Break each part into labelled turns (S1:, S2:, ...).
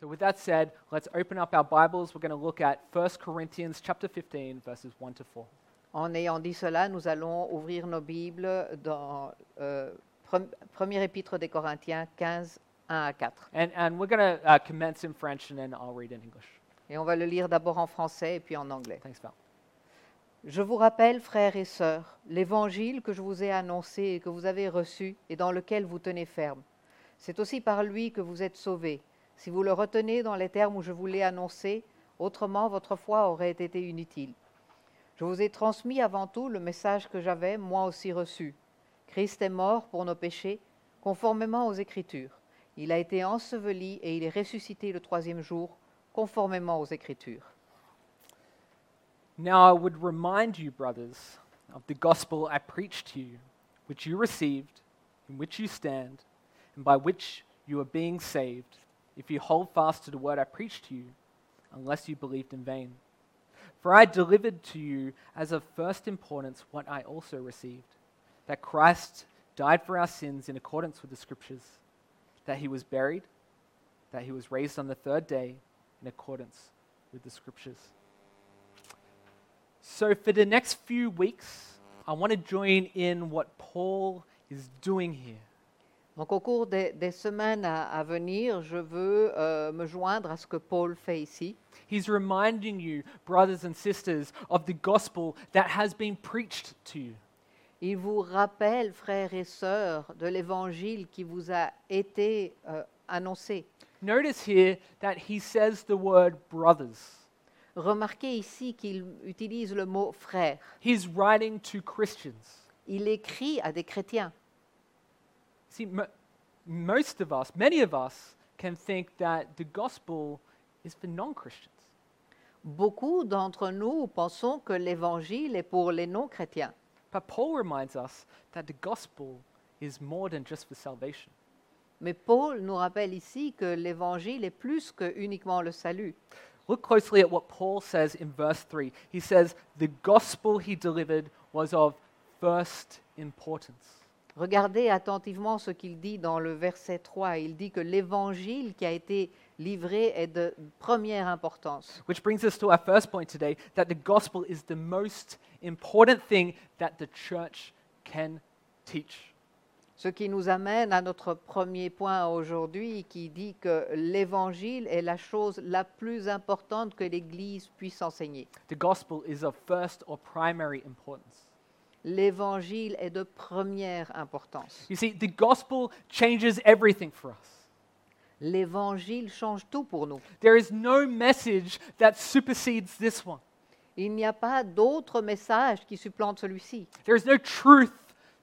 S1: So with that said, let's open up our Bibles. We're going to look at 1 Corinthians chapter 15 verses 1 to 4.
S2: En ayant dit cela, nous allons ouvrir nos Bibles dans euh, pre- premier épître des Corinthiens 15, 1 à 4.
S1: And and we're going to uh, commence in French and then I'll read in English.
S2: Et on va le lire d'abord en français et puis en anglais.
S1: Thanks, Val.
S2: Je vous rappelle, frères et sœurs, l'évangile que je vous ai annoncé et que vous avez reçu et dans lequel vous tenez ferme. C'est aussi par lui que vous êtes sauvés, si vous le retenez dans les termes où je vous l'ai annoncé, autrement votre foi aurait été inutile. Je vous ai transmis avant tout le message que j'avais moi aussi reçu. Christ est mort pour nos péchés, conformément aux Écritures. Il a été enseveli et il est ressuscité le troisième jour, conformément aux Écritures.
S1: Now I would remind you, brothers, of the gospel I preached to you, which you received, in which you stand, and by which you are being saved, if you hold fast to the word I preached to you, unless you believed in vain. For I delivered to you as of first importance what I also received that Christ died for our sins in accordance with the Scriptures, that he was buried, that he was raised on the third day in accordance with the Scriptures. So, for the next few weeks, I want to join in what Paul is doing here.
S2: Donc au cours des, des semaines à, à venir, je veux euh, me joindre à ce que Paul fait ici.
S1: He's reminding you, brothers and sisters, of the gospel that has been preached to you.
S2: Il vous rappelle, frères et sœurs, de l'évangile qui vous a été euh, annoncé.
S1: Notice here that he says the word brothers.
S2: Remarquez ici qu'il utilise le mot frère.
S1: He's writing to Christians.
S2: Il écrit à des chrétiens.
S1: See, mo most of us, many of us, can think that the gospel is for non Christians.
S2: Beaucoup d'entre nous pensons que l'évangile est pour les non-chrétiens.
S1: But Paul reminds us that the gospel is more than just for salvation.
S2: Mais Paul nous rappelle ici que l'évangile est plus que uniquement le salut.
S1: Look closely at what Paul says in verse 3. He says, The gospel he delivered was of first importance.
S2: Regardez attentivement ce qu'il dit dans le verset 3. Il dit que l'évangile qui a été livré est de première importance.
S1: Which brings us to our first point today that the gospel is the most important thing that the church can teach.
S2: Ce qui nous amène à notre premier point aujourd'hui qui dit que l'évangile est la chose la plus importante que l'Église puisse enseigner.
S1: The gospel is of first or primary importance.
S2: L'évangile est de première importance.
S1: You see, the gospel changes everything for us.
S2: L'évangile change tout pour nous.
S1: There is no message that supersedes this one.
S2: Il n'y a pas d'autre message qui supplante celui-ci.
S1: There is no truth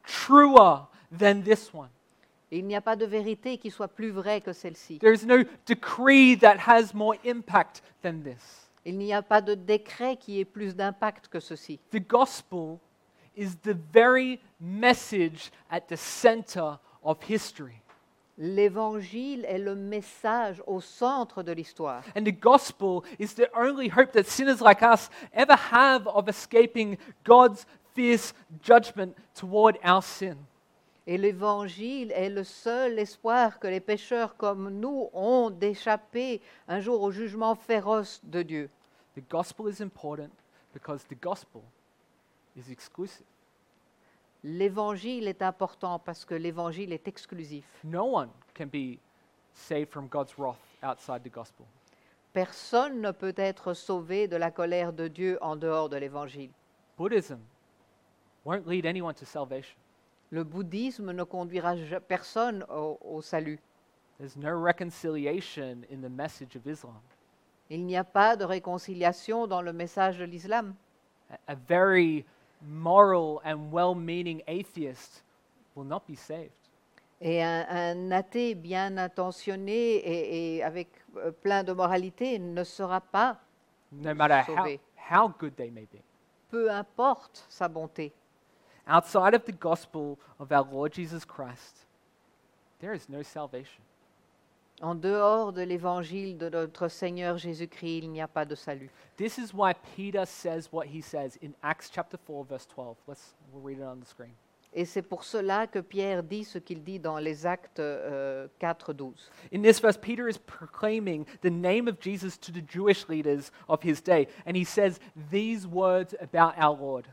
S1: truer than this one.
S2: Il n'y a pas de vérité qui soit plus vraie que celle-ci.
S1: There is no decree that has more impact than this.
S2: Il n'y a pas de décret qui ait plus d'impact que ceci.
S1: The gospel is the very message at the center of history.
S2: L'évangile est le message au centre de l'histoire.
S1: And the gospel is the only hope that sinners like us ever have of escaping God's fierce judgment toward our sin.
S2: Et l'évangile est le seul espoir que les pécheurs comme nous ont d'échapper un jour au jugement féroce de Dieu.
S1: The gospel is important because the gospel is exclusive.
S2: L'évangile est important parce que l'évangile est exclusif.
S1: No one can be saved from God's wrath outside the gospel.
S2: Personne ne peut être sauvé de la colère de Dieu en dehors de l'évangile.
S1: Buddhism won't lead anyone to salvation.
S2: Le bouddhisme ne conduira ja- personne au, au salut.
S1: There's no reconciliation in the message of Islam.
S2: Il n'y a pas de réconciliation dans le message de l'islam.
S1: A- A very moral and well meaning atheist will not be saved.
S2: Et un, un athée bien intentionné et, et avec euh, plein de moralité ne sera pas,
S1: no matter how,
S2: Sauvé.
S1: how good they may be.
S2: peu importe sa bonté.
S1: Outside of the gospel of our Lord Jesus Christ, there is no salvation.
S2: En dehors de l'évangile de notre Seigneur Jésus-Christ, il n'y a pas de salut.
S1: This is why Peter says what he says in Acts chapter 4, verse 12. Let's, we'll read it on the screen.
S2: Et c'est pour cela que Pierre dit ce qu'il dit dans les Actes euh, 4, 12.
S1: In this verse, Peter is proclaiming the name of Jesus to the Jewish leaders of his day, and he says these words about our Lord.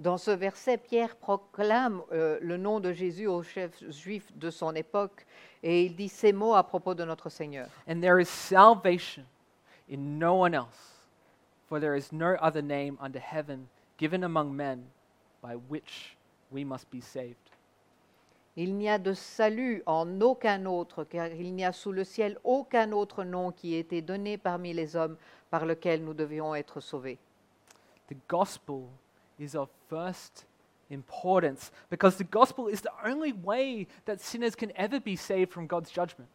S2: Dans ce verset, Pierre proclame euh, le nom de Jésus aux chefs juifs de son époque et il dit ces mots à propos de notre Seigneur.
S1: And there is salvation in no one else, for there is no other name under heaven given among men by which we must be saved.
S2: Il n'y a de salut en aucun autre, car il n'y a sous le ciel aucun autre nom qui ait été donné parmi les hommes par lequel nous devions être sauvés.
S1: The gospel is of first importance because the gospel is the only way that sinners can ever be saved from God's judgment.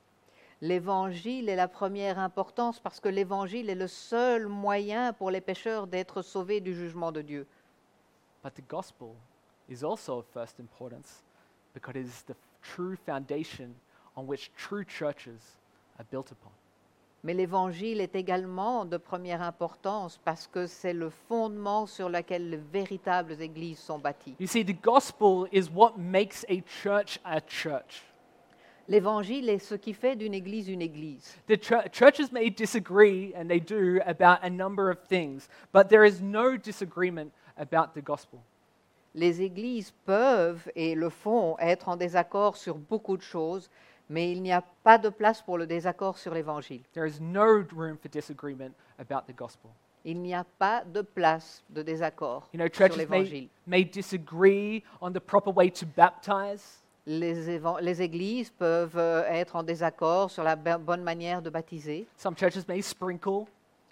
S2: L'évangile est la première importance parce que l'évangile est le seul moyen pour les pécheurs d'être sauvés du jugement de Dieu.
S1: But the gospel is also of first importance because it is the true foundation on which true churches are built upon.
S2: Mais l'évangile est également de première importance parce que c'est le fondement sur lequel les véritables églises sont bâties.
S1: You see, the gospel is what makes a church a church.
S2: L'évangile est ce qui fait d'une église une église.
S1: The chur- churches may disagree, and they do, about a number of things, but there is no disagreement about the gospel.
S2: Les églises peuvent et le font être en désaccord sur beaucoup de choses, mais il n'y a pas de place pour le désaccord sur l'évangile.
S1: There is no room for disagreement about the gospel.
S2: Il n'y a pas de place de désaccord
S1: You know,
S2: sur
S1: churches may,
S2: l'évangile.
S1: may disagree on the proper way to baptize.
S2: Les, évan- les églises peuvent euh, être en désaccord sur la ba- bonne manière de baptiser.
S1: Some churches may sprinkle.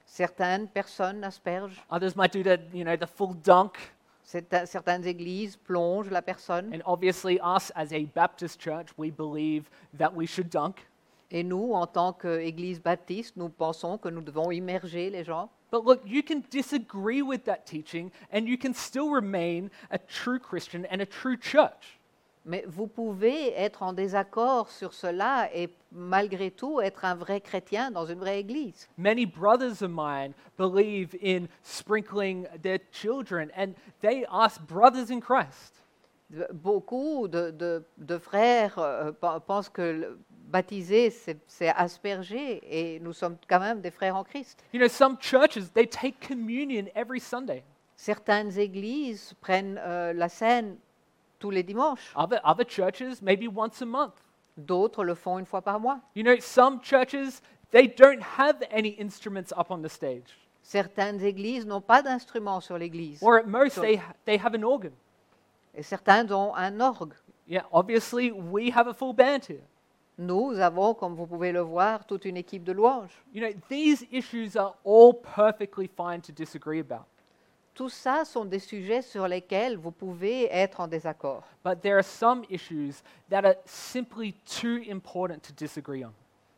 S2: Certaines personnes aspergent.
S1: Others might do the, you know, the full dunk.
S2: Certa- Certaines églises plongent la personne.
S1: And obviously, us as a Baptist church, we believe that we should dunk.
S2: Et nous, en tant qu'église baptiste, nous pensons que nous devons immerger les gens.
S1: But look, you can disagree with that teaching and you can still remain a true Christian and a true church.
S2: Mais vous pouvez être en désaccord sur cela et malgré tout être un vrai chrétien dans une vraie église.
S1: Many brothers of mine believe in sprinkling their children, and they are brothers in Christ.
S2: De- Beaucoup de, de- de frères euh, pe- pensent que le- baptiser, c'est c'est asperger et nous sommes quand même des frères en Christ.
S1: You know, some churches, they take communion every Sunday.
S2: Certaines églises prennent euh, la scène tous les dimanches,
S1: Other, other churches, maybe once a month.
S2: d'autres le font une fois par mois.
S1: You know, some churches, they don't have any instruments up on the stage.
S2: Certaines églises n'ont pas d'instrument sur l'église
S1: Or at most,
S2: So-
S1: they, ha- they have an organ.
S2: et certaines ont un orgue.
S1: Yeah, obviously, we have a full band here.
S2: Nous avons, comme vous pouvez le voir, toute une équipe de louanges.
S1: You know, these issues are all perfectly fine to disagree about.
S2: Tout ça sont des sujets sur lesquels vous pouvez être en désaccord.
S1: But there are some issues that are simply too important to disagree on.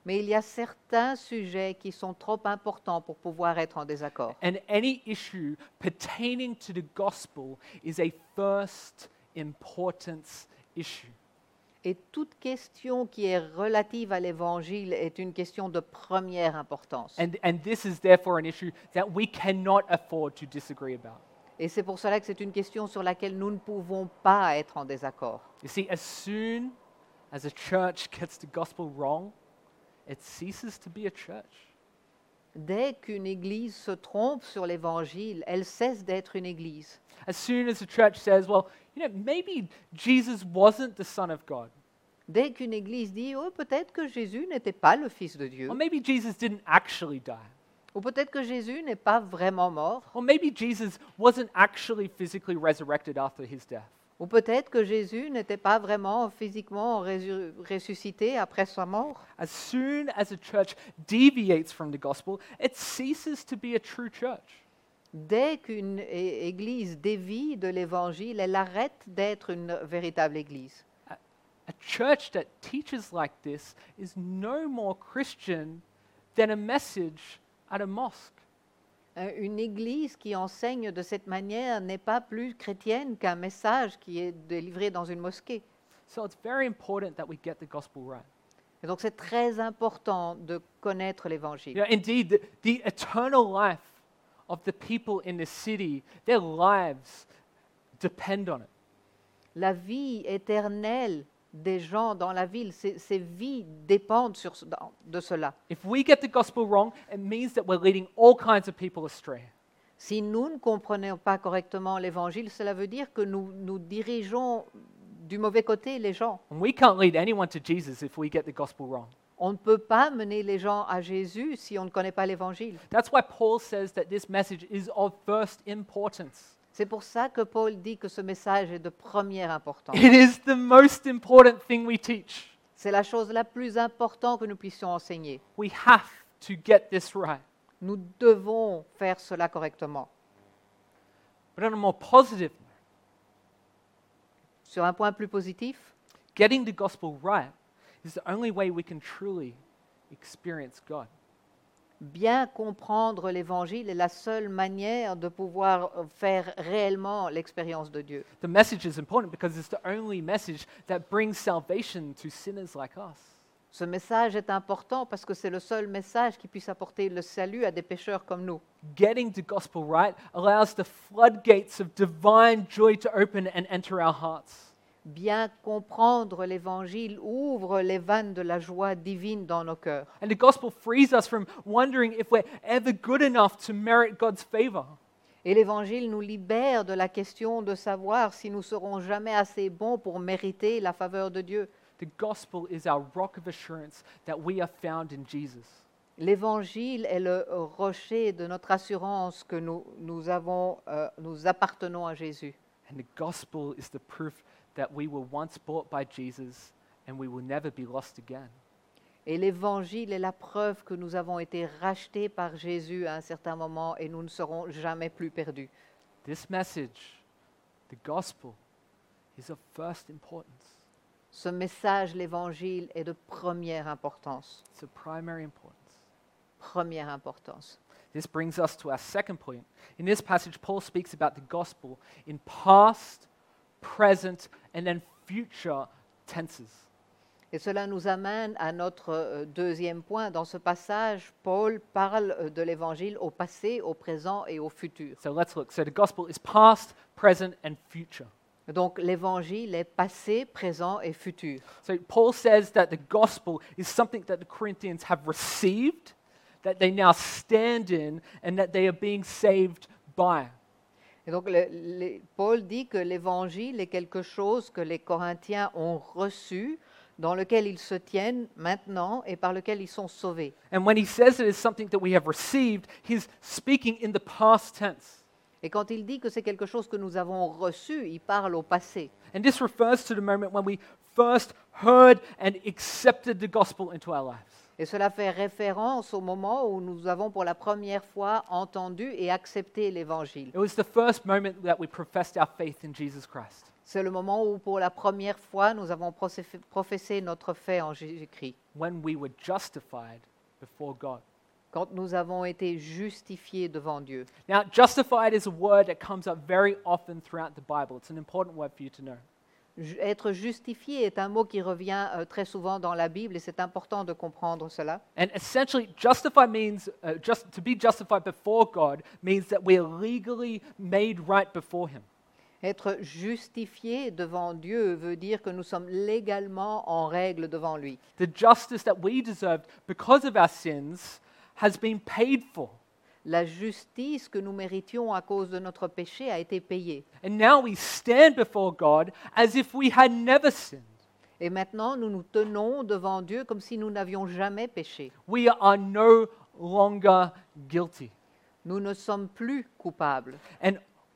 S2: Mais il y a certains sujets qui sont trop importants pour pouvoir être en désaccord.
S1: And any issue pertaining to the gospel is a first importance issue.
S2: Et toute question qui est relative à l'Évangile est une question de première importance.
S1: And, and this is therefore an issue that we cannot afford to disagree about.
S2: Et c'est pour cela que c'est une question sur laquelle nous ne pouvons pas être en désaccord.
S1: You see, as soon as a church gets the gospel wrong, it ceases to be a church.
S2: Dès qu'une Église se trompe sur l'Évangile, elle cesse d'être une Église.
S1: As soon as a church says, well, you know, maybe Jesus wasn't the Son of God,
S2: Dès qu'une Église dit, oh, peut-être que Jésus n'était pas le Fils de Dieu,
S1: or maybe Jesus didn't actually die,
S2: ou peut-être que Jésus n'est pas vraiment mort,
S1: Or maybe Jesus wasn't actually physically resurrected after his death.
S2: Ou peut-être que Jésus n'était pas vraiment physiquement résu- ressuscité après sa mort.
S1: As soon as a church deviates from the gospel, it ceases to be a true church.
S2: Dès qu'une é- église dévie de l'évangile, elle arrête d'être une véritable église.
S1: A church that teaches like this is no more Christian than a message at a mosque.
S2: Un- Euh, Une église qui enseigne de cette manière n'est pas plus chrétienne qu'un message qui est délivré dans une mosquée.
S1: So it's very important that we get the gospel right.
S2: Et donc c'est très important de connaître l'évangile.
S1: You know, indeed, the, the eternal life of the people in this city, their lives depend on it.
S2: la vie éternelle des gens dans la ville. Ces, ces vies dépendent sur ce- dans- de cela.
S1: If we get the gospel wrong, it means that we're leading all kinds of people astray.
S2: Si nous ne comprenons pas correctement l'évangile, cela veut dire que nous, nous dirigeons du mauvais côté les gens.
S1: And we can't lead anyone to Jesus if we get the gospel wrong.
S2: On ne peut pas mener les gens à Jésus si on ne connaît pas l'évangile.
S1: That's why Paul says that this message is of first importance.
S2: C'est pour ça que Paul dit que ce message est de première importance.
S1: It is the most important thing we teach.
S2: C'est la chose la plus importante que nous puissions enseigner.
S1: We have to get this right.
S2: Nous devons faire cela correctement.
S1: But on a more positive note,
S2: Sur un point plus positif,
S1: getting the gospel right is the only way we can truly experience God.
S2: bien comprendre l'évangile est la seule manière de pouvoir faire réellement l'expérience de Dieu.
S1: The message is important because it's the only message that brings salvation to sinners like us.
S2: Ce message est important parce que c'est le seul message qui puisse apporter le salut à des pécheurs comme nous.
S1: Getting the gospel right allows the floodgates of divine joy to open and enter our hearts.
S2: Bien comprendre l'évangile ouvre les vannes de la joie divine dans nos cœurs.
S1: And the gospel frees us from wondering if we're ever good enough to merit God's favor.
S2: Et l'évangile nous libère de la question de savoir si nous serons jamais assez bons pour mériter la faveur de Dieu.
S1: The gospel is our rock of assurance that we are found in Jesus.
S2: L'évangile est le rocher de notre assurance que nous, nous avons, euh, nous appartenons à Jésus.
S1: And the gospel is the proof that we were once bought by Jesus and we will never be lost again.
S2: Et l'évangile est la preuve que nous avons été rachetés par Jésus à un certain moment et nous ne serons jamais plus perdus.
S1: This message, the gospel, is of first importance.
S2: Ce message, l'évangile, est de première importance.
S1: It's of primary importance.
S2: Première importance.
S1: This brings us to our second point. In this passage, Paul speaks about the gospel in past, present, and then future tenses.
S2: Et cela nous amène à notre euh, deuxième point. Dans ce passage, Paul parle euh, de l'évangile au passé, au présent et au futur.
S1: So let's look. So the gospel is past, present, and future.
S2: Donc l'évangile est passé, présent et futur.
S1: So Paul says that the gospel is something that the Corinthians have received, that they now stand in, and that they are being saved by.
S2: Et donc, le- les- Paul dit que l'évangile est quelque chose que les Corinthiens ont reçu, dans lequel ils se tiennent maintenant et par lequel ils sont sauvés.
S1: And when he says it is something that we have received, he's speaking in the past tense.
S2: Et quand il dit que c'est quelque chose que nous avons reçu, il parle au passé.
S1: And this refers to the moment when we first heard and accepted the gospel into our lives.
S2: Et cela fait référence au moment où nous avons pour la première fois entendu et accepté l'évangile.
S1: It was the first moment that we professed our faith in Jesus Christ.
S2: C'est le moment où pour la première fois nous avons procé- professé notre fait en Jésus-Christ,
S1: when we were justified before God.
S2: quand nous avons été justifiés devant Dieu.
S1: Now, justified is a word that comes up very often throughout the Bible. It's an important word for you to know.
S2: Ju- Être justifié est un mot qui revient euh, très souvent dans la Bible et c'est important de comprendre cela.
S1: And essentially, justify means uh, just to be justified before God means that we are legally made right before Him.
S2: Être justifié devant Dieu veut dire que nous sommes légalement en règle devant lui.
S1: The justice that we deserved because of our sins has been paid for,
S2: La justice que nous méritions à cause de notre péché a été payée.
S1: and now we stand before God as if we had never sinned.
S2: Et maintenant, nous nous tenons devant Dieu comme si nous n'avions jamais péché.
S1: We are no longer guilty.
S2: Nous ne sommes plus coupables.
S1: And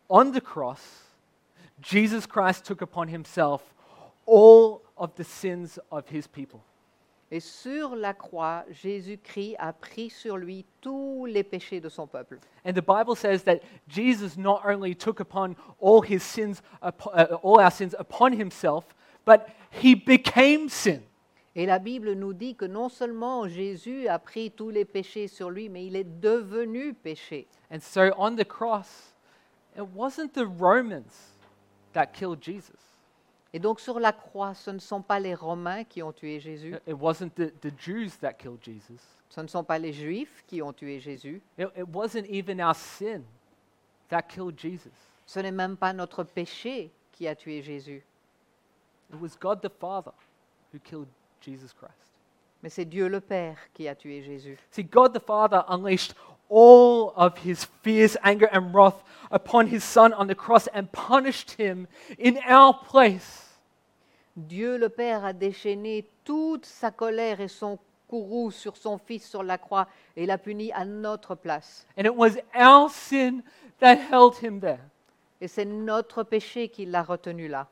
S1: on the cross, Jesus Christ took upon himself all of the sins of his people.
S2: Et sur la croix, Jésus-Christ a pris sur lui tous les péchés de son peuple.
S1: And the Bible says that Jesus not only took upon all his sins, upo- uh, all our sins upon himself, but he became sin.
S2: Et la Bible nous dit que non seulement Jésus a pris tous les péchés sur lui, mais il est devenu péché.
S1: And so on the cross, it wasn't the Romans that killed Jesus.
S2: Et donc sur la croix, ce ne sont pas les Romains qui ont tué Jésus,
S1: It it wasn't the, the Jews that killed Jesus.
S2: ce ne sont pas les Juifs qui ont tué Jésus,
S1: It, it wasn't even our sin that killed Jesus.
S2: ce n'est même pas notre péché qui a tué Jésus.
S1: It was God the Father who killed Jesus Christ.
S2: mais c'est Dieu le Père qui a tué Jésus.
S1: See, God the Father unleashed all of his fierce anger and wrath upon his Son on the cross and punished him in our place.
S2: Dieu le Père a déchaîné toute sa colère et son courroux sur son Fils sur la croix et l'a puni à notre place.
S1: And it was our sin that held him there.
S2: Et c'est notre péché qui l'a retenu là.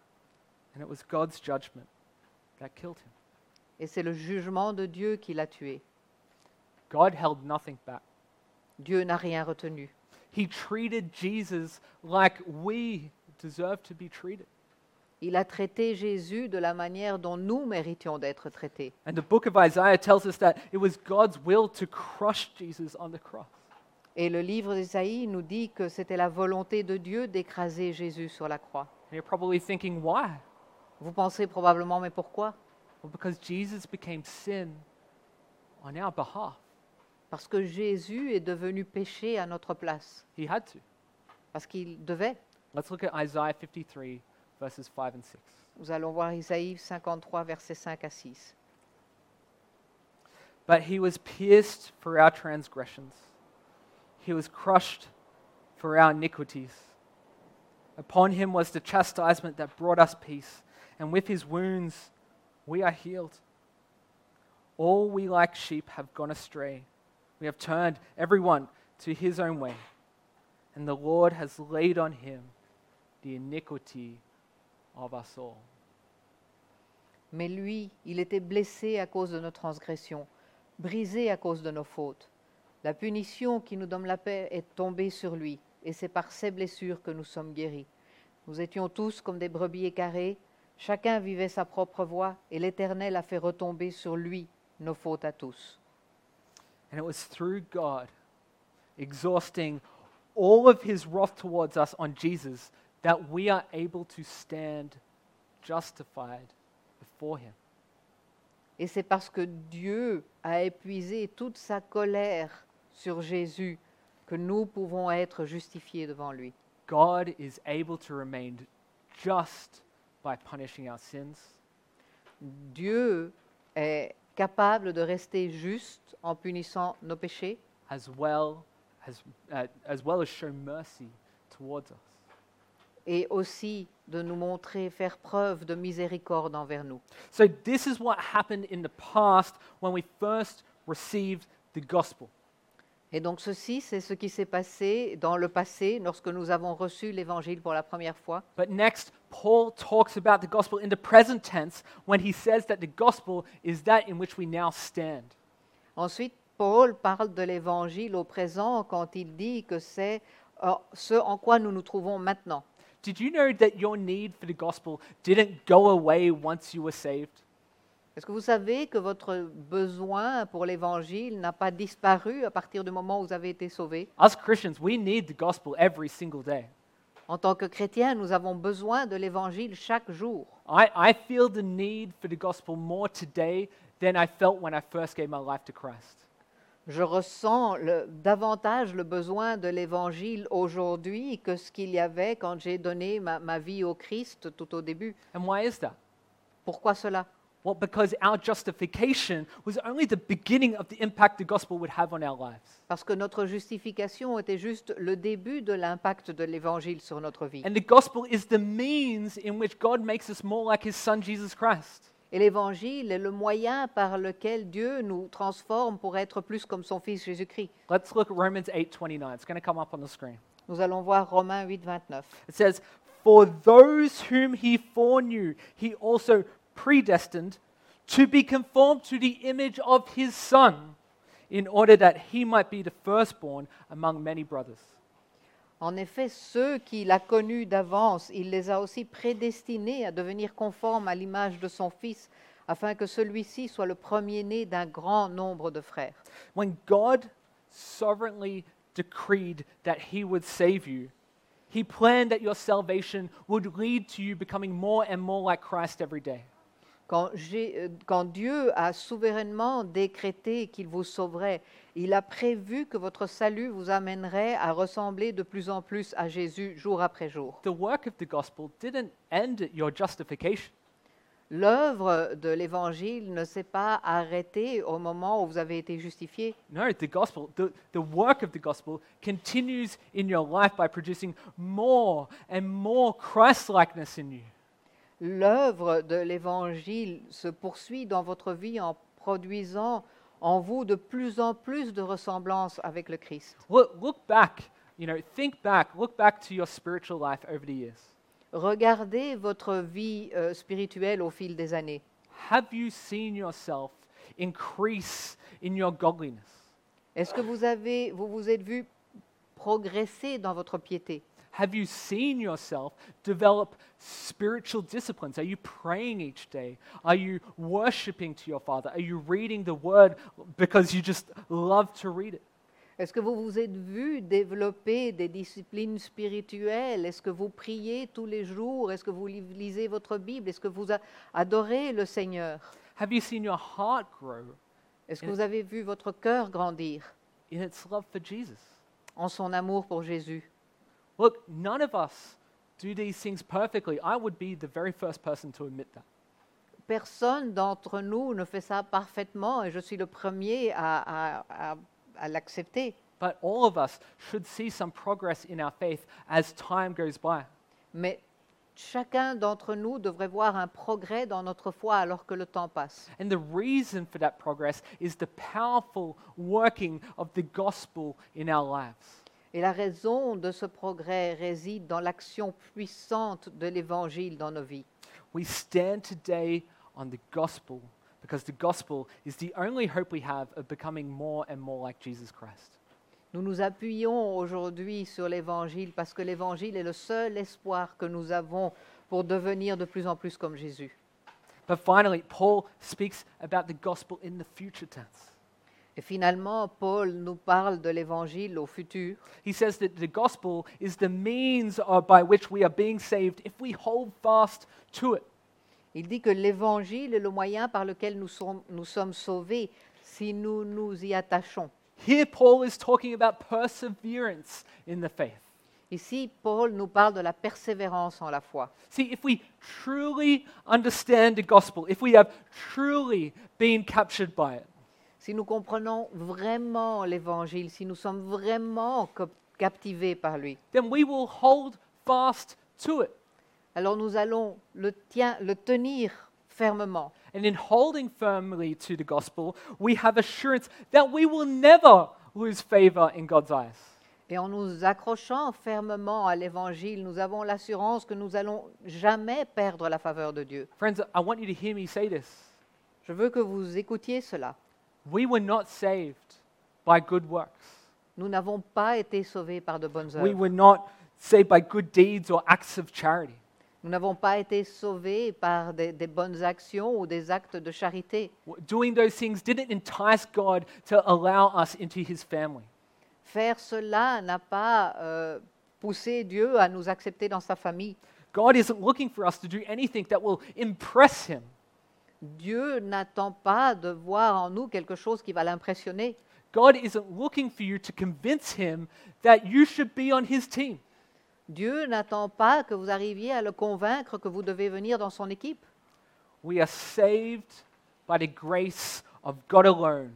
S1: And it was God's judgment that killed him.
S2: Et c'est le jugement de Dieu qui l'a tué.
S1: God held nothing back.
S2: Dieu n'a rien retenu.
S1: He treated Jesus like we deserve to be treated.
S2: Il a traité Jésus de la manière dont nous méritions d'être traités.
S1: And the book of Isaiah tells us that it was God's will to crush Jesus on the cross.
S2: Et le livre d'Ésaïe nous dit que c'était la volonté de Dieu d'écraser Jésus sur la croix.
S1: And you're probably thinking, why?
S2: Vous pensez probablement, mais pourquoi
S1: Well, because Jesus became sin on our behalf.
S2: Parce que Jésus est devenu péché à notre place,
S1: He had to.
S2: parce qu'il devait.
S1: Let's look at Isaiah 53, verses 5 and 6.
S2: Nous allons voir Isaïe 53, versets 5 à 6.
S1: But he was pierced for our transgressions, he was crushed for our iniquities. Upon him was the chastisement that brought us peace, and with his wounds we are healed. All we like sheep have gone astray. We have turned everyone to his own way, and the Lord has laid on him the iniquity of us all.
S2: Mais lui, il était blessé à cause de nos transgressions, brisé à cause de nos fautes. La punition qui nous donne la paix est tombée sur lui, et c'est par ses blessures que nous sommes guéris. Nous étions tous comme des brebis écarées, chacun vivait sa propre voie, et l'Éternel a fait retomber sur lui nos fautes à tous.
S1: And it was through God exhausting all of his wrath towards us on Jesus that we are able to stand justified before him.
S2: Et c'est parce que Dieu a épuisé toute sa colère sur Jésus que nous pouvons être justifiés devant lui.
S1: God is able to remain just by punishing our sins,
S2: Dieu est capable de rester juste en punissant nos péchés,
S1: as well as, uh, as well as show mercy towards us.
S2: et aussi de nous montrer, faire preuve de miséricorde envers nous.
S1: So this is what happened in the past when we first received the gospel.
S2: Et donc ceci, c'est ce qui s'est passé dans le passé lorsque nous avons reçu l'Évangile pour la première fois.
S1: But next, Paul talks about the gospel in the present tense when he says that the gospel is that in which we now stand.
S2: Ensuite, Paul parle de l'Évangile au présent quand il dit que c'est euh, ce en quoi nous nous trouvons maintenant.
S1: Did you know that your need for the gospel didn't go away once you were saved?
S2: Est-ce que vous savez que votre besoin pour l'Évangile n'a pas disparu à partir du moment où vous avez été sauvé
S1: Us Christians, we need the gospel every single day.
S2: En tant que chrétiens, nous avons besoin de l'Évangile chaque jour.
S1: I, I feel the need for the gospel more today than I felt when I first gave my life to Christ.
S2: Je ressens le- davantage le besoin de l'Évangile aujourd'hui que ce qu'il y avait quand j'ai donné ma, ma vie au Christ tout au début.
S1: And why is that?
S2: Pourquoi cela
S1: Well, because our justification was only the beginning of the impact the gospel would have on our lives.
S2: Parce que notre justification était juste le début de l'impact de l'Évangile sur notre vie.
S1: And the gospel is the means in which God makes us more like his son Jesus Christ.
S2: Et l'Évangile est le moyen par lequel Dieu nous transforme pour être plus comme son Fils Jésus-Christ.
S1: Let's look at Romans 8:29. It's going to come up on the screen.
S2: Nous allons voir Romains 8, 29.
S1: It says, "For those whom he foreknew, he also predestined to be conformed to the image of his son, in order that he might be the firstborn among many brothers."
S2: En effet, ceux qu'il a connus d'avance, il les a aussi prédestinés à devenir conformes à l'image de son Fils, afin que celui-ci soit le premier-né d'un grand nombre de frères.
S1: When God sovereignly decreed that he would save you, he planned that your salvation would lead to you becoming more and more like Christ every day.
S2: Quand, j'ai- euh, quand Dieu a souverainement décrété qu'il vous sauverait, il a prévu que votre salut vous amènerait à ressembler de plus en plus à Jésus jour après jour.
S1: The work of the gospel didn't end at your justification.
S2: L'œuvre de l'Évangile ne s'est pas arrêtée au moment où vous avez été justifié.
S1: No, the gospel, the, the work of the gospel continues in your life by producing more and more Christ likeness in you.
S2: L'œuvre de l'Évangile se poursuit dans votre vie en produisant en vous de plus en plus de ressemblance avec le Christ.
S1: Look, look back, you know, think back, look back to your spiritual life over the years.
S2: Regardez votre vie euh, spirituelle au fil des années.
S1: Have you seen yourself increase in your godliness?
S2: Est-ce que vous avez, vous vous êtes vu progresser dans votre piété
S1: Have you seen yourself develop spiritual disciplines? Are you praying each day? Are you worshiping to your Father? Are you reading the Word because you just love to read it?
S2: Est-ce que vous vous êtes vu développer des disciplines spirituelles Est-ce que vous priez tous les jours Est-ce que vous li- lisez votre Bible Est-ce que vous a- adorez le Seigneur
S1: Have you seen your heart grow
S2: Est-ce que vous avez vu votre cœur grandir
S1: in its love for Jesus?
S2: en son amour pour Jésus
S1: Look, none of us do these things perfectly. I would be the very first person to admit that.
S2: Personne d'entre nous ne fait ça parfaitement et je suis le premier à, à- à- à l'accepter.
S1: But all of us should see some progress in our faith as time goes by.
S2: Mais chacun d'entre nous devrait voir un progrès dans notre foi alors que le temps passe.
S1: And the reason for that progress is the powerful working of the gospel in our lives.
S2: Et la raison de ce progrès réside dans l'action puissante de l'Évangile dans nos vies.
S1: We stand today on the gospel because the gospel is the only hope we have of becoming more and more like Jesus Christ.
S2: Nous nous appuyons aujourd'hui sur l'Évangile parce que l'Évangile est le seul espoir que nous avons pour devenir de plus en plus comme Jésus.
S1: But finally, Paul speaks about the gospel in the future tense.
S2: Et finalement, Paul nous parle de l'Évangile au futur.
S1: He says that the gospel is the means uh, by which we are being saved if we hold fast to it.
S2: Il dit que l'Évangile est le moyen par lequel nous sommes, nous sommes sauvés si nous nous y attachons.
S1: Here, Paul is talking about perseverance in the faith.
S2: Ici, Paul nous parle de la persévérance en la foi.
S1: See, if we truly understand the gospel, if we have truly been captured by it,
S2: si nous comprenons vraiment l'Évangile, si nous sommes vraiment co- captivés par lui,
S1: then we will hold fast to it.
S2: alors nous allons le, tien- le tenir fermement.
S1: And in holding firmly to the gospel, we have assurance that we will never lose favor in God's eyes.
S2: Et en nous accrochant fermement à l'Évangile, nous avons l'assurance que nous allons jamais perdre la faveur de Dieu.
S1: Friends, I want you to hear me say this.
S2: Je veux que vous écoutiez cela.
S1: We were not saved by good works.
S2: Nous n'avons pas été sauvés par de bonnes
S1: We
S2: œuvres.
S1: were not saved by good deeds or acts of charity.
S2: Nous n'avons pas été sauvés par des, des bonnes actions ou des actes de charité.
S1: W- Doing those things didn't entice God to allow us into his family.
S2: Faire cela n'a pas euh, poussé Dieu à nous accepter dans sa famille.
S1: God isn't looking for us to do anything that will impress him.
S2: Dieu n'attend pas de voir en nous quelque chose qui va l'impressionner.
S1: God isn't looking for you to convince him that you should be on his team.
S2: Dieu n'attend pas que vous arriviez à le convaincre que vous devez venir dans son équipe.
S1: We are saved by the grace of God alone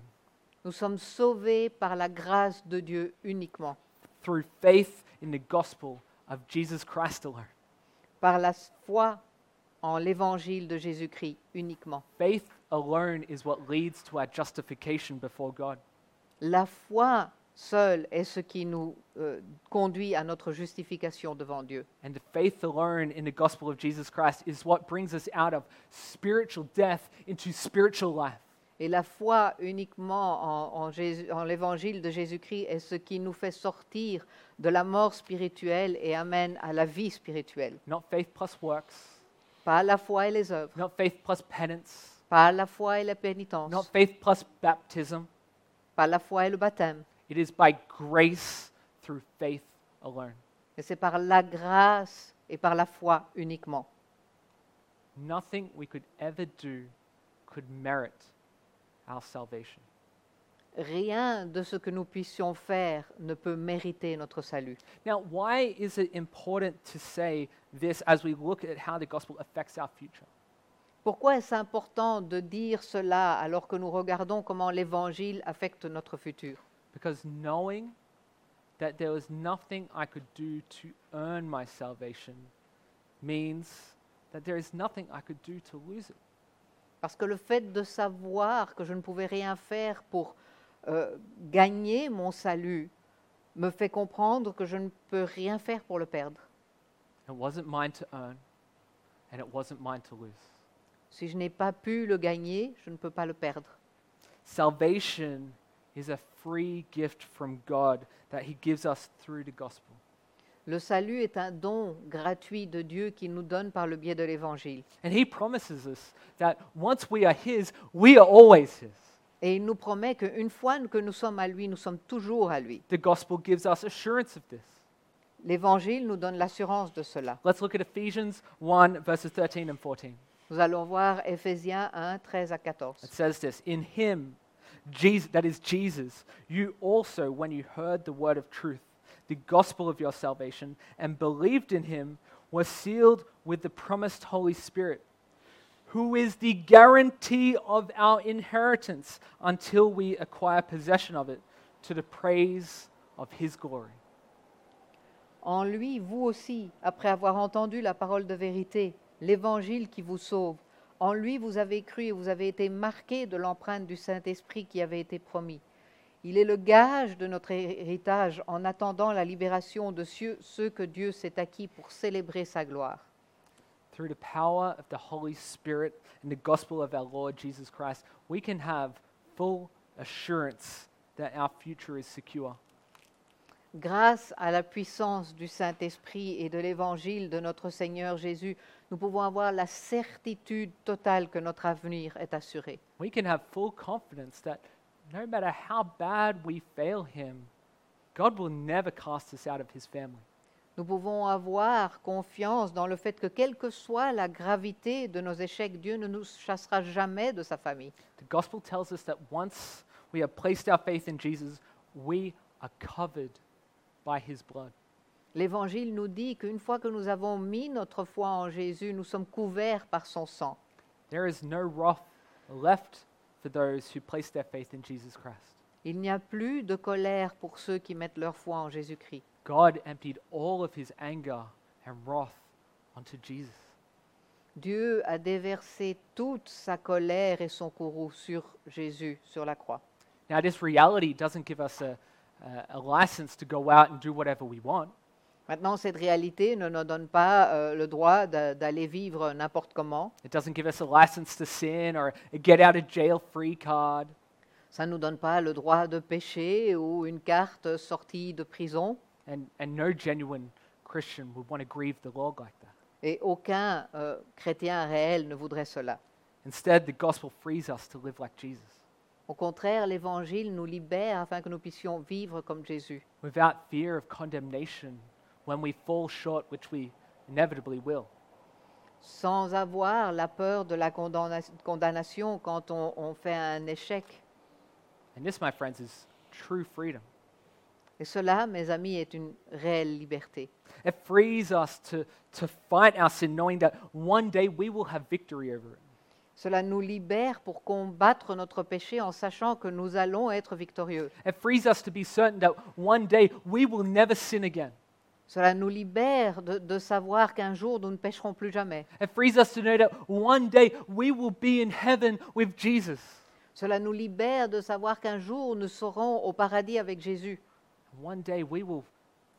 S2: Nous sommes sauvés par la grâce de Dieu uniquement,
S1: through faith in the gospel of Jesus Christ alone.
S2: par la foi en l'évangile de Jésus-Christ uniquement.
S1: Faith alone is what leads to our justification before God.
S2: La foi seule est ce qui nous euh, conduit à notre justification devant Dieu.
S1: And the faith alone in the gospel of Jesus Christ is what brings us out of spiritual death into spiritual life.
S2: Et la foi uniquement en, en Jésus- en l'évangile de Jésus-Christ est ce qui nous fait sortir de la mort spirituelle et amène à la vie spirituelle.
S1: Not faith plus works,
S2: Pas la foi et les œuvres,
S1: not faith plus penance,
S2: pas la foi et la
S1: not
S2: pénitence,
S1: faith plus baptism.
S2: pas la foi et le baptême.
S1: It is by grace through faith alone.
S2: Mais c'est par la grâce et par la foi uniquement.
S1: Nothing we could ever do could merit our salvation.
S2: Rien de ce que nous puissions faire ne peut mériter notre salut.
S1: Now, why is it important to say this as we look at how the gospel affects our future?
S2: Pourquoi est-ce important de dire cela alors que nous regardons comment l'Évangile affecte notre futur
S1: Because knowing that there was nothing I could do to earn my salvation means that there is nothing I could do to lose it.
S2: Parce que le fait de savoir que je ne pouvais rien faire pour euh, gagner mon salut me fait comprendre que je ne peux rien faire pour le perdre.
S1: It wasn't mine to earn, and it wasn't mine to lose.
S2: Si je n'ai pas pu le gagner, je ne peux pas le perdre.
S1: Salvation is a free gift from God that He gives us through the gospel.
S2: Le salut est un don gratuit de Dieu qu'il nous donne par le biais de l'Évangile.
S1: And He promises us that once we are His, we are always His.
S2: Et il nous promet qu'une fois que nous sommes à lui, nous sommes toujours à lui.
S1: The gospel gives us assurance of this.
S2: L'Évangile nous donne l'assurance de cela.
S1: Let's look at Ephesians 1, verses 13 and 14.
S2: Nous allons voir Ephésiens 1, 13 à 14.
S1: It says this In him, Jesus, that is Jesus, you also, when you heard the word of truth, the gospel of your salvation, and believed in him, were sealed with the promised Holy Spirit, who is the guarantee of our inheritance until we acquire possession of it to the praise of his glory.
S2: En lui, vous aussi, après avoir entendu la parole de vérité, l'évangile qui vous sauve, en lui vous avez cru et vous avez été marqués de l'empreinte du Saint-Esprit qui avait été promis. Il est le gage de notre héritage en attendant la libération de cieux- ceux que Dieu s'est acquis pour célébrer sa gloire.
S1: Through the power of the Holy Spirit and the gospel of our Lord Jesus Christ, we can have full assurance that our future is secure.
S2: Grâce à la puissance du Saint-Esprit et de l'évangile de notre Seigneur Jésus, nous pouvons avoir la certitude totale que notre avenir est assuré.
S1: We can have full confidence that no matter how bad we fail Him, God will never cast us out of His family.
S2: Nous pouvons avoir confiance dans le fait que quelle que soit la gravité de nos échecs, Dieu ne nous chassera jamais de sa famille.
S1: The gospel tells us that once we have placed our faith in Jesus, we are covered by His blood.
S2: L'Évangile nous dit qu'une fois que nous avons mis notre foi en Jésus, nous sommes couverts par son sang.
S1: There is no wrath left for those who place their faith in Jesus Christ.
S2: Il n'y a plus de colère pour ceux qui mettent leur foi en Jésus-Christ.
S1: God emptied all of His anger and wrath onto Jesus.
S2: Dieu a déversé toute sa colère et son courroux sur Jésus, sur la croix.
S1: Now, this reality doesn't give us a, a, a license to go out and do whatever we want.
S2: Maintenant, cette réalité ne nous donne pas euh, le droit d'a- d'aller vivre n'importe comment.
S1: It doesn't give us a license to sin or a get out of jail free card.
S2: Ça ne nous donne pas le droit de pécher ou une carte sortie de prison.
S1: And, and no genuine Christian would want to grieve the Lord like that.
S2: Et aucun euh, chrétien réel ne voudrait cela.
S1: Instead, the gospel frees us to live like Jesus
S2: Au contraire, l'Évangile nous libère afin que nous puissions vivre comme Jésus,
S1: without fear of condemnation when we fall short, which we inevitably will.
S2: sans avoir la peur de la condamna- condamnation quand on, on fait un échec.
S1: And this, my friends, is true freedom.
S2: Et cela, mes amis, est une réelle liberté.
S1: It frees us to, to fight our sin, knowing that one day we will have victory over it.
S2: Cela nous libère pour combattre notre péché en sachant que nous allons être victorieux.
S1: It frees us to be certain that one day we will never sin again.
S2: Cela nous libère de, de savoir qu'un jour nous ne pécherons plus jamais.
S1: It frees us to know that one day we will be in heaven with Jesus.
S2: Cela nous libère de savoir qu'un jour nous serons au paradis avec Jésus.
S1: One day we will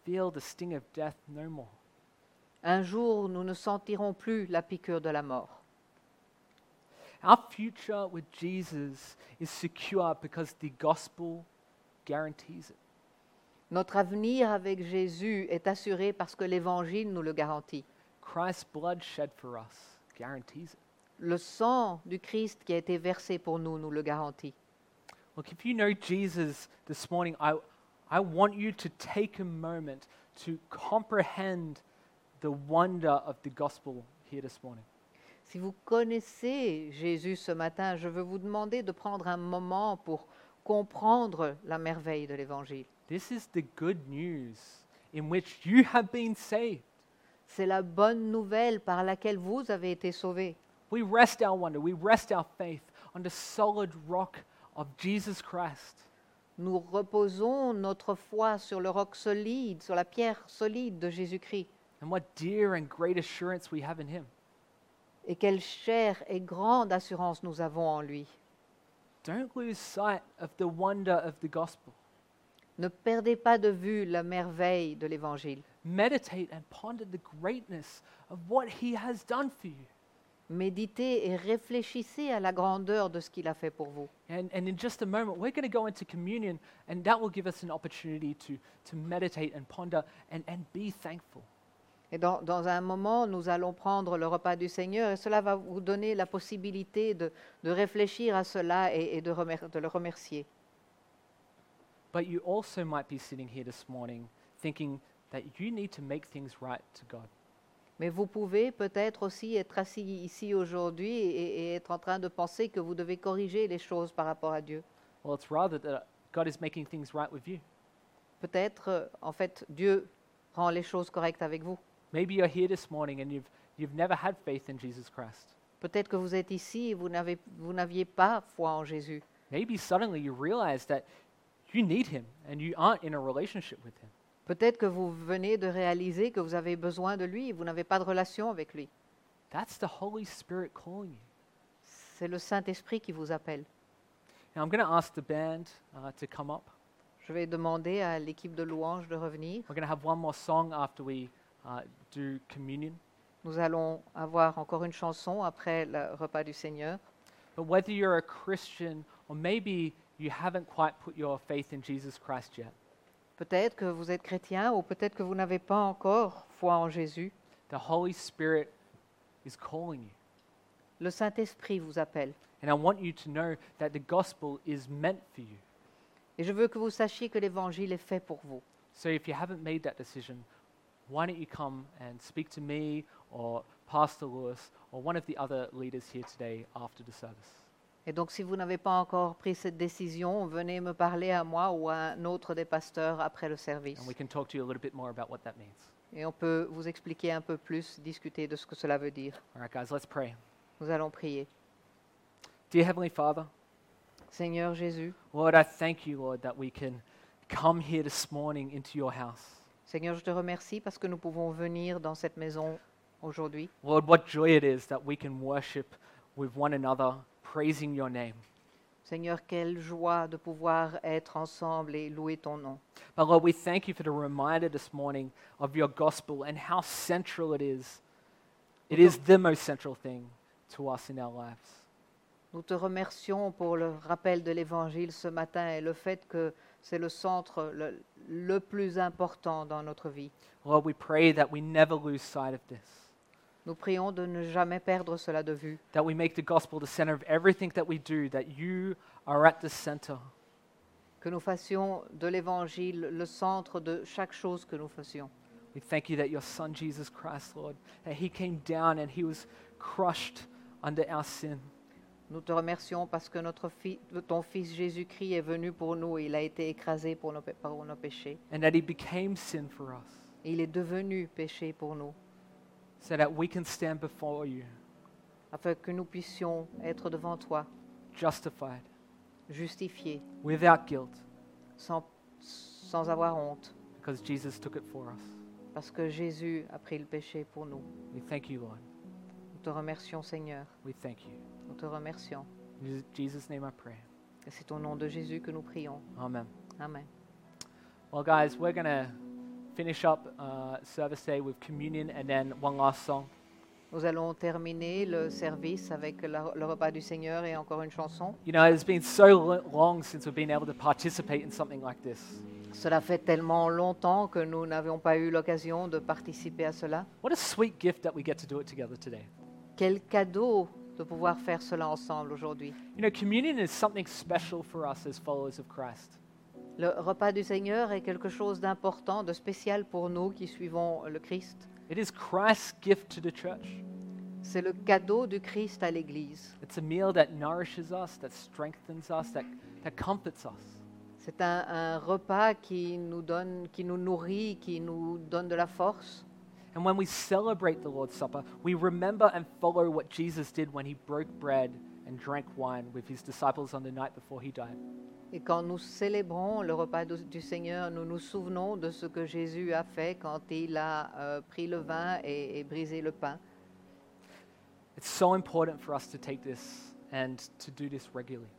S1: feel the sting of death no more.
S2: Un jour nous ne sentirons plus la piqûre de la mort.
S1: Our future with Jesus is secure because the gospel guarantees it.
S2: Notre avenir avec Jésus est assuré parce que l'Évangile nous le garantit.
S1: Christ's blood shed for us guarantees it.
S2: Le sang du Christ qui a été versé pour nous nous le garantit.
S1: Look, if you know Jesus this morning, I, I want you to take a moment to comprehend the wonder of the gospel here this morning.
S2: Si vous connaissez Jésus ce matin, je veux vous demander de prendre un moment pour comprendre la merveille de l'Évangile.
S1: This is the good news in which you have been saved.
S2: C'est la bonne nouvelle par laquelle vous avez été sauvés.
S1: We rest our wonder, we rest our faith on the solid rock of Jesus Christ.
S2: Nous reposons notre foi sur le roc solide, sur la pierre solide de Jésus-Christ.
S1: And what dear and great assurance we have in Him.
S2: Et quelle chère et grande assurance nous avons en lui.
S1: Don't lose sight of the wonder of the gospel.
S2: Ne perdez pas de vue la merveille de l'Évangile.
S1: Meditate and ponder the greatness of what He has done for you.
S2: Méditez et réfléchissez à la grandeur de ce qu'il a fait pour vous.
S1: And, and in just a moment, we're going to go into communion, and that will give us an opportunity to, to meditate and ponder and, and be thankful.
S2: Et dans, dans un moment, nous allons prendre le repas du Seigneur et cela va vous donner la possibilité de, de réfléchir à cela et, et de, remer- de le remercier.
S1: But you also might be sitting here this morning thinking that you need to make things right to God.
S2: Mais vous pouvez peut-être aussi être assis ici aujourd'hui et, et être en train de penser que vous devez corriger les choses par rapport à Dieu.
S1: Well, it's rather that God is making things right with you.
S2: Peut-être, euh, en fait, Dieu rend les choses correctes avec vous.
S1: Maybe you're here this morning and you've, you've never had faith in Jesus Christ.
S2: Peut-être que vous êtes ici et vous n'avez- vous n'aviez pas foi en Jésus.
S1: Maybe suddenly you realize that you need Him and you aren't in a relationship with Him.
S2: Peut-être que vous venez de réaliser que vous avez besoin de lui et vous n'avez pas de relation avec lui.
S1: That's the Holy Spirit calling you.
S2: C'est le Saint-Esprit qui vous appelle.
S1: Now, I'm going to ask the band uh, to come up.
S2: Je vais demander à l'équipe de louanges de revenir.
S1: We're going to have one more song after we uh, do communion.
S2: Nous allons avoir encore une chanson après le repas du Seigneur.
S1: But whether you're a Christian or maybe you haven't quite put your faith in Jesus Christ yet,
S2: Peut-être que vous êtes chrétien ou peut-être que vous n'avez pas encore foi en Jésus.
S1: the Holy Spirit is calling you.
S2: Le Saint-Esprit vous appelle.
S1: And I want you to know that the gospel is meant for you.
S2: Et je veux que vous sachiez que l'Évangile est fait pour vous.
S1: So if you haven't made that decision, why don't you come and speak to me or Pastor Lewis or one of the other leaders here today after the service?
S2: Et donc si vous n'avez pas encore pris cette décision, venez me parler à moi ou à un autre des pasteurs après le service.
S1: And we can talk to you a little bit more about what that means.
S2: Et on peut vous expliquer un peu plus, discuter de ce que cela veut dire.
S1: All right, guys, let's pray.
S2: Nous allons prier.
S1: Dear Heavenly Father,
S2: Seigneur Jésus,
S1: Lord, I thank you, Lord, that we can come here this morning into your house.
S2: Seigneur, je te remercie parce que nous pouvons venir dans cette maison aujourd'hui.
S1: Lord, what joy it is that we can worship with one another, praising your name.
S2: Seigneur, quelle joie de pouvoir être ensemble et louer ton nom.
S1: But Lord, we thank you for the reminder this morning of your gospel and how central it is. It is the most central thing to us in our lives.
S2: Nous te remercions pour le rappel de l'Évangile ce matin et le fait que c'est le centre le, le plus important dans notre vie.
S1: Lord, we pray that we never lose sight of this,
S2: Nous prions de ne jamais perdre cela de vue,
S1: that we make the gospel the center of everything that we do, that you are at the center.
S2: que nous fassions de l'Évangile le centre de chaque chose que nous fassions.
S1: We thank you that your Son, Jesus Christ, Lord, that he came down and he was crushed under our sin.
S2: Nous te remercions parce que notre fi- ton Fils Jésus-Christ est venu pour nous et il a été écrasé pour nos, pé- par nos péchés.
S1: and that he became sin for us
S2: Et il est devenu péché pour nous,
S1: so that we can stand before you
S2: afin que nous puissions être devant toi,
S1: justified
S2: justifiés,
S1: without guilt
S2: sans, sans avoir honte,
S1: because Jesus took it for us.
S2: parce que Jésus a pris le péché pour nous.
S1: We thank you, Lord.
S2: Nous te remercions Seigneur,
S1: We thank you.
S2: nous te remercions.
S1: In Jesus' name I pray.
S2: Et c'est au nom de Jésus que nous prions.
S1: Amen.
S2: Amen.
S1: Well, guys, we're going to finish up uh, service day with communion and then one last song.
S2: Nous allons terminer le service avec la- le repas du Seigneur et encore une chanson.
S1: You know, it's been so lo- long since we've been able to participate in something like this.
S2: Cela fait tellement longtemps que nous n'avions pas eu l'occasion de participer à cela.
S1: What a sweet gift that we get to do it together today.
S2: Quel cadeau de pouvoir faire cela ensemble aujourd'hui.
S1: You know, communion is something special for us as followers of Christ.
S2: Le repas du Seigneur est quelque chose d'important, de spécial pour nous qui suivons le Christ.
S1: It is Christ's gift to the church.
S2: C'est le cadeau du Christ à l'Église.
S1: It's a meal that nourishes us, that strengthens us, that, that comforts us.
S2: C'est un, un repas qui nous donne, qui nous nourrit, qui nous donne de la force.
S1: And when we celebrate the Lord's Supper, we remember and follow what Jesus did when he broke bread and drank wine with his disciples on the night before he died.
S2: Et quand nous célébrons le repas du du Seigneur, nous nous souvenons de ce que Jésus a fait quand il a euh, pris le vin et, et brisé le pain.
S1: It's so important for us to take this and to do this regularly.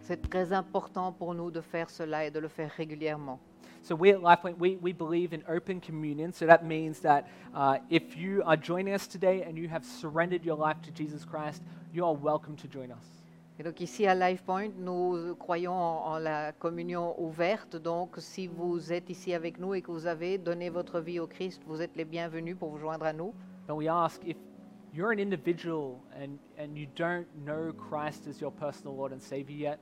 S2: C'est très important pour nous de faire cela et de le faire régulièrement.
S1: So we at LifePoint, we, we believe in open communion. So that means that uh, if you are joining us today and you have surrendered your life to Jesus Christ, you are welcome to join us.
S2: Et donc ici à LifePoint, nous croyons en, en la communion ouverte. Donc si vous êtes ici avec nous et que vous avez donné votre vie au Christ, vous êtes les bienvenus pour vous joindre à nous.
S1: But we ask if you're an individual and, and you don't know Christ as your personal Lord and Savior yet,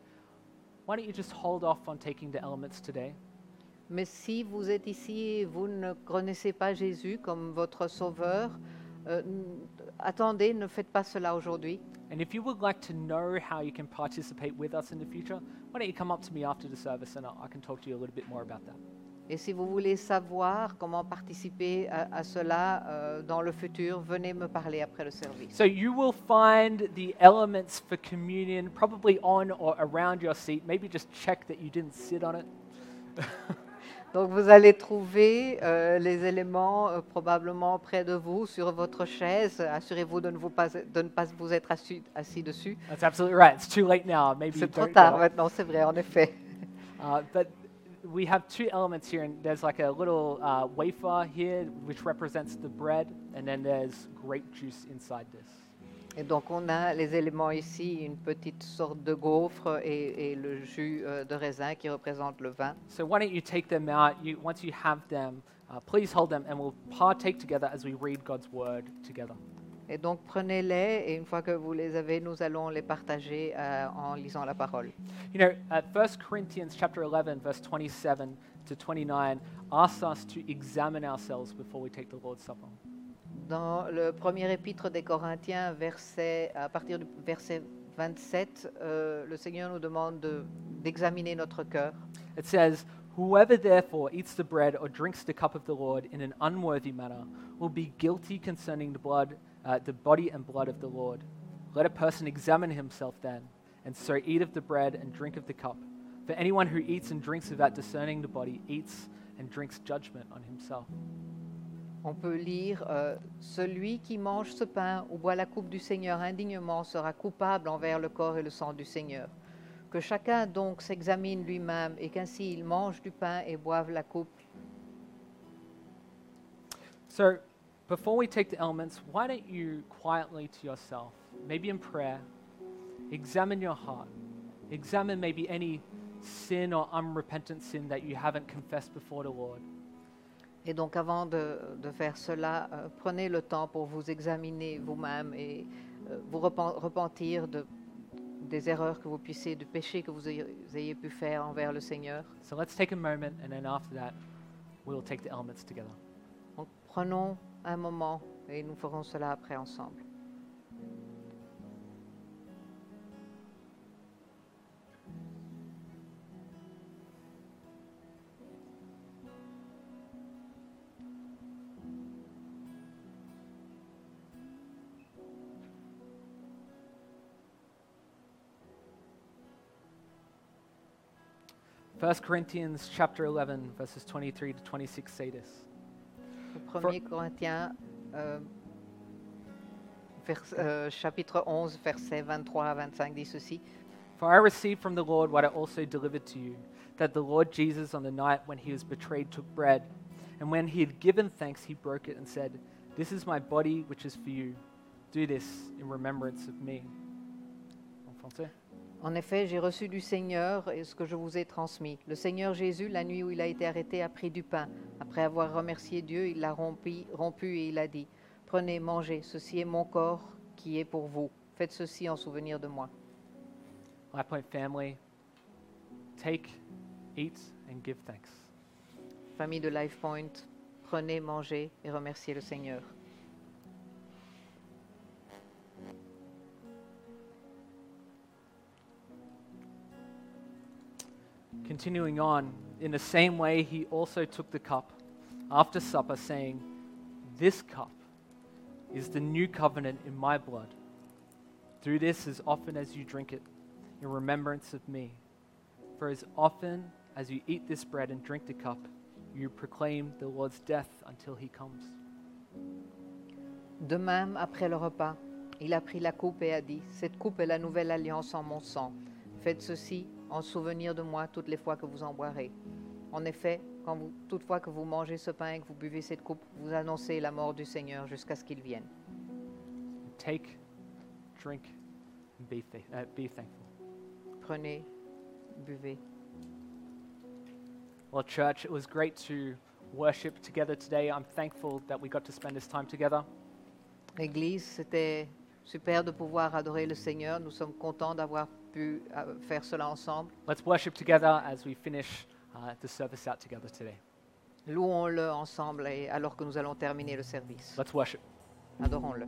S1: why don't you just hold off on taking the elements today?
S2: Mais si vous êtes ici et vous ne connaissez pas Jésus comme votre sauveur, euh, n- attendez, ne faites pas cela aujourd'hui.
S1: And if you would like to know how you can participate with us in the future, why don't you come up to me after the service and I, I can talk to you a little bit more about that.
S2: Et si vous voulez savoir comment participer à, à cela euh, dans le futur, venez me parler après le service.
S1: So you will find the elements for communion probably on or around your seat. Maybe just check that you didn't sit on it.
S2: Donc vous allez trouver euh, les éléments euh, probablement près de vous, sur votre chaise. Assurez-vous de ne, vous pas, de ne pas vous être assis, assis dessus.
S1: That's absolutely right. It's too late now. Maybe you
S2: C'est trop
S1: don't know.
S2: tard maintenant, c'est vrai, en effet.
S1: Uh, but we have two elements here, and there's like a little uh, wafer here, which represents the bread, and then there's grape juice inside this.
S2: Et donc on a les éléments ici, une petite sorte de gaufre et, et le jus euh, de raisin qui représente le vin.
S1: So why don't you take them out? You, once you have them, uh, please hold them, and we'll partake together as we read God's word together.
S2: Et donc prenez-les et une fois que vous les avez, nous allons les partager euh, en lisant la parole.
S1: You know, uh, 1 Corinthians chapter 11, verse 27 to 29 asks us to examine ourselves before we take the Lord's Supper.
S2: Dans le premier épître des Corinthiens, verset, à partir du verset 27, euh, le Seigneur nous demande de- d'examiner notre cœur.
S1: It says, Whoever therefore eats the bread or drinks the cup of the Lord in an unworthy manner will be guilty concerning the blood, uh, the body and blood of the Lord. Let a person examine himself then, and so eat of the bread and drink of the cup. For anyone who eats and drinks without discerning the body eats and drinks judgment on himself.
S2: On peut lire euh, Celui qui mange ce pain ou boit la coupe du Seigneur indignement sera coupable envers le corps et le sang du Seigneur. Que chacun donc s'examine lui-même et qu'ainsi il mange du pain et boive la coupe.
S1: So, before we take the elements, why don't you quietly to yourself, maybe in prayer, examine your heart. Examine maybe any sin or unrepentant sin that you haven't confessed before the Lord.
S2: Et donc avant de, de faire cela, euh, prenez le temps pour vous examiner vous-même et euh, vous repen- repentir de- des erreurs que vous puissiez, du péché que vous ayez- vous ayez pu faire envers le Seigneur.
S1: So, let's take a moment, and then after that, we'll take the elements together.
S2: Donc prenons un moment et nous ferons cela après ensemble.
S1: First Corinthians chapter 11, verses 23 to 26 say this.
S2: Le 1er Corinthiens, euh, vers- euh, chapitre 11, versets 23 à 25 dit ceci.
S1: For I received from the Lord what I also delivered to you that the Lord Jesus, on the night when he was betrayed, took bread. And when he had given thanks, he broke it and said, This is my body, which is for you. Do this in remembrance of me. En français.
S2: En effet, j'ai reçu du Seigneur et ce que je vous ai transmis. Le Seigneur Jésus, la nuit où il a été arrêté, a pris du pain. Après avoir remercié Dieu, il l'a rompi- rompu et il a dit, Prenez, mangez, ceci est mon corps qui est pour vous. Faites ceci en souvenir de moi.
S1: Life Point family, take, eat, and give thanks.
S2: Famille de LifePoint, prenez, mangez et remerciez le Seigneur.
S1: Continuing on, in the same way, he also took the cup after supper, saying, This cup is the new covenant in my blood. Do this as often as you drink it in remembrance of me. For as often as you eat this bread and drink the cup, you proclaim the Lord's death until he comes.
S2: De même, après le repas, il a pris la coupe et a dit, Cette coupe est la nouvelle alliance en mon sang. Faites ceci en souvenir de moi toutes les fois que vous en boirez. En effet, quand vous, toutefois que vous mangez ce pain et que vous buvez cette coupe, vous annoncez la mort du Seigneur jusqu'à ce qu'il vienne.
S1: Take, drink, and be, thank- uh, be thankful.
S2: Prenez, buvez.
S1: Well, church, it was great to worship together today. I'm thankful that we got to spend this time together.
S2: Église, c'était super de pouvoir adorer le Seigneur. Nous sommes contents d'avoir pu euh, faire cela ensemble.
S1: Let's worship together as we finish uh, the service out together today.
S2: Louons-le ensemble et alors que nous allons terminer le service.
S1: Let's worship.
S2: Adorons-le.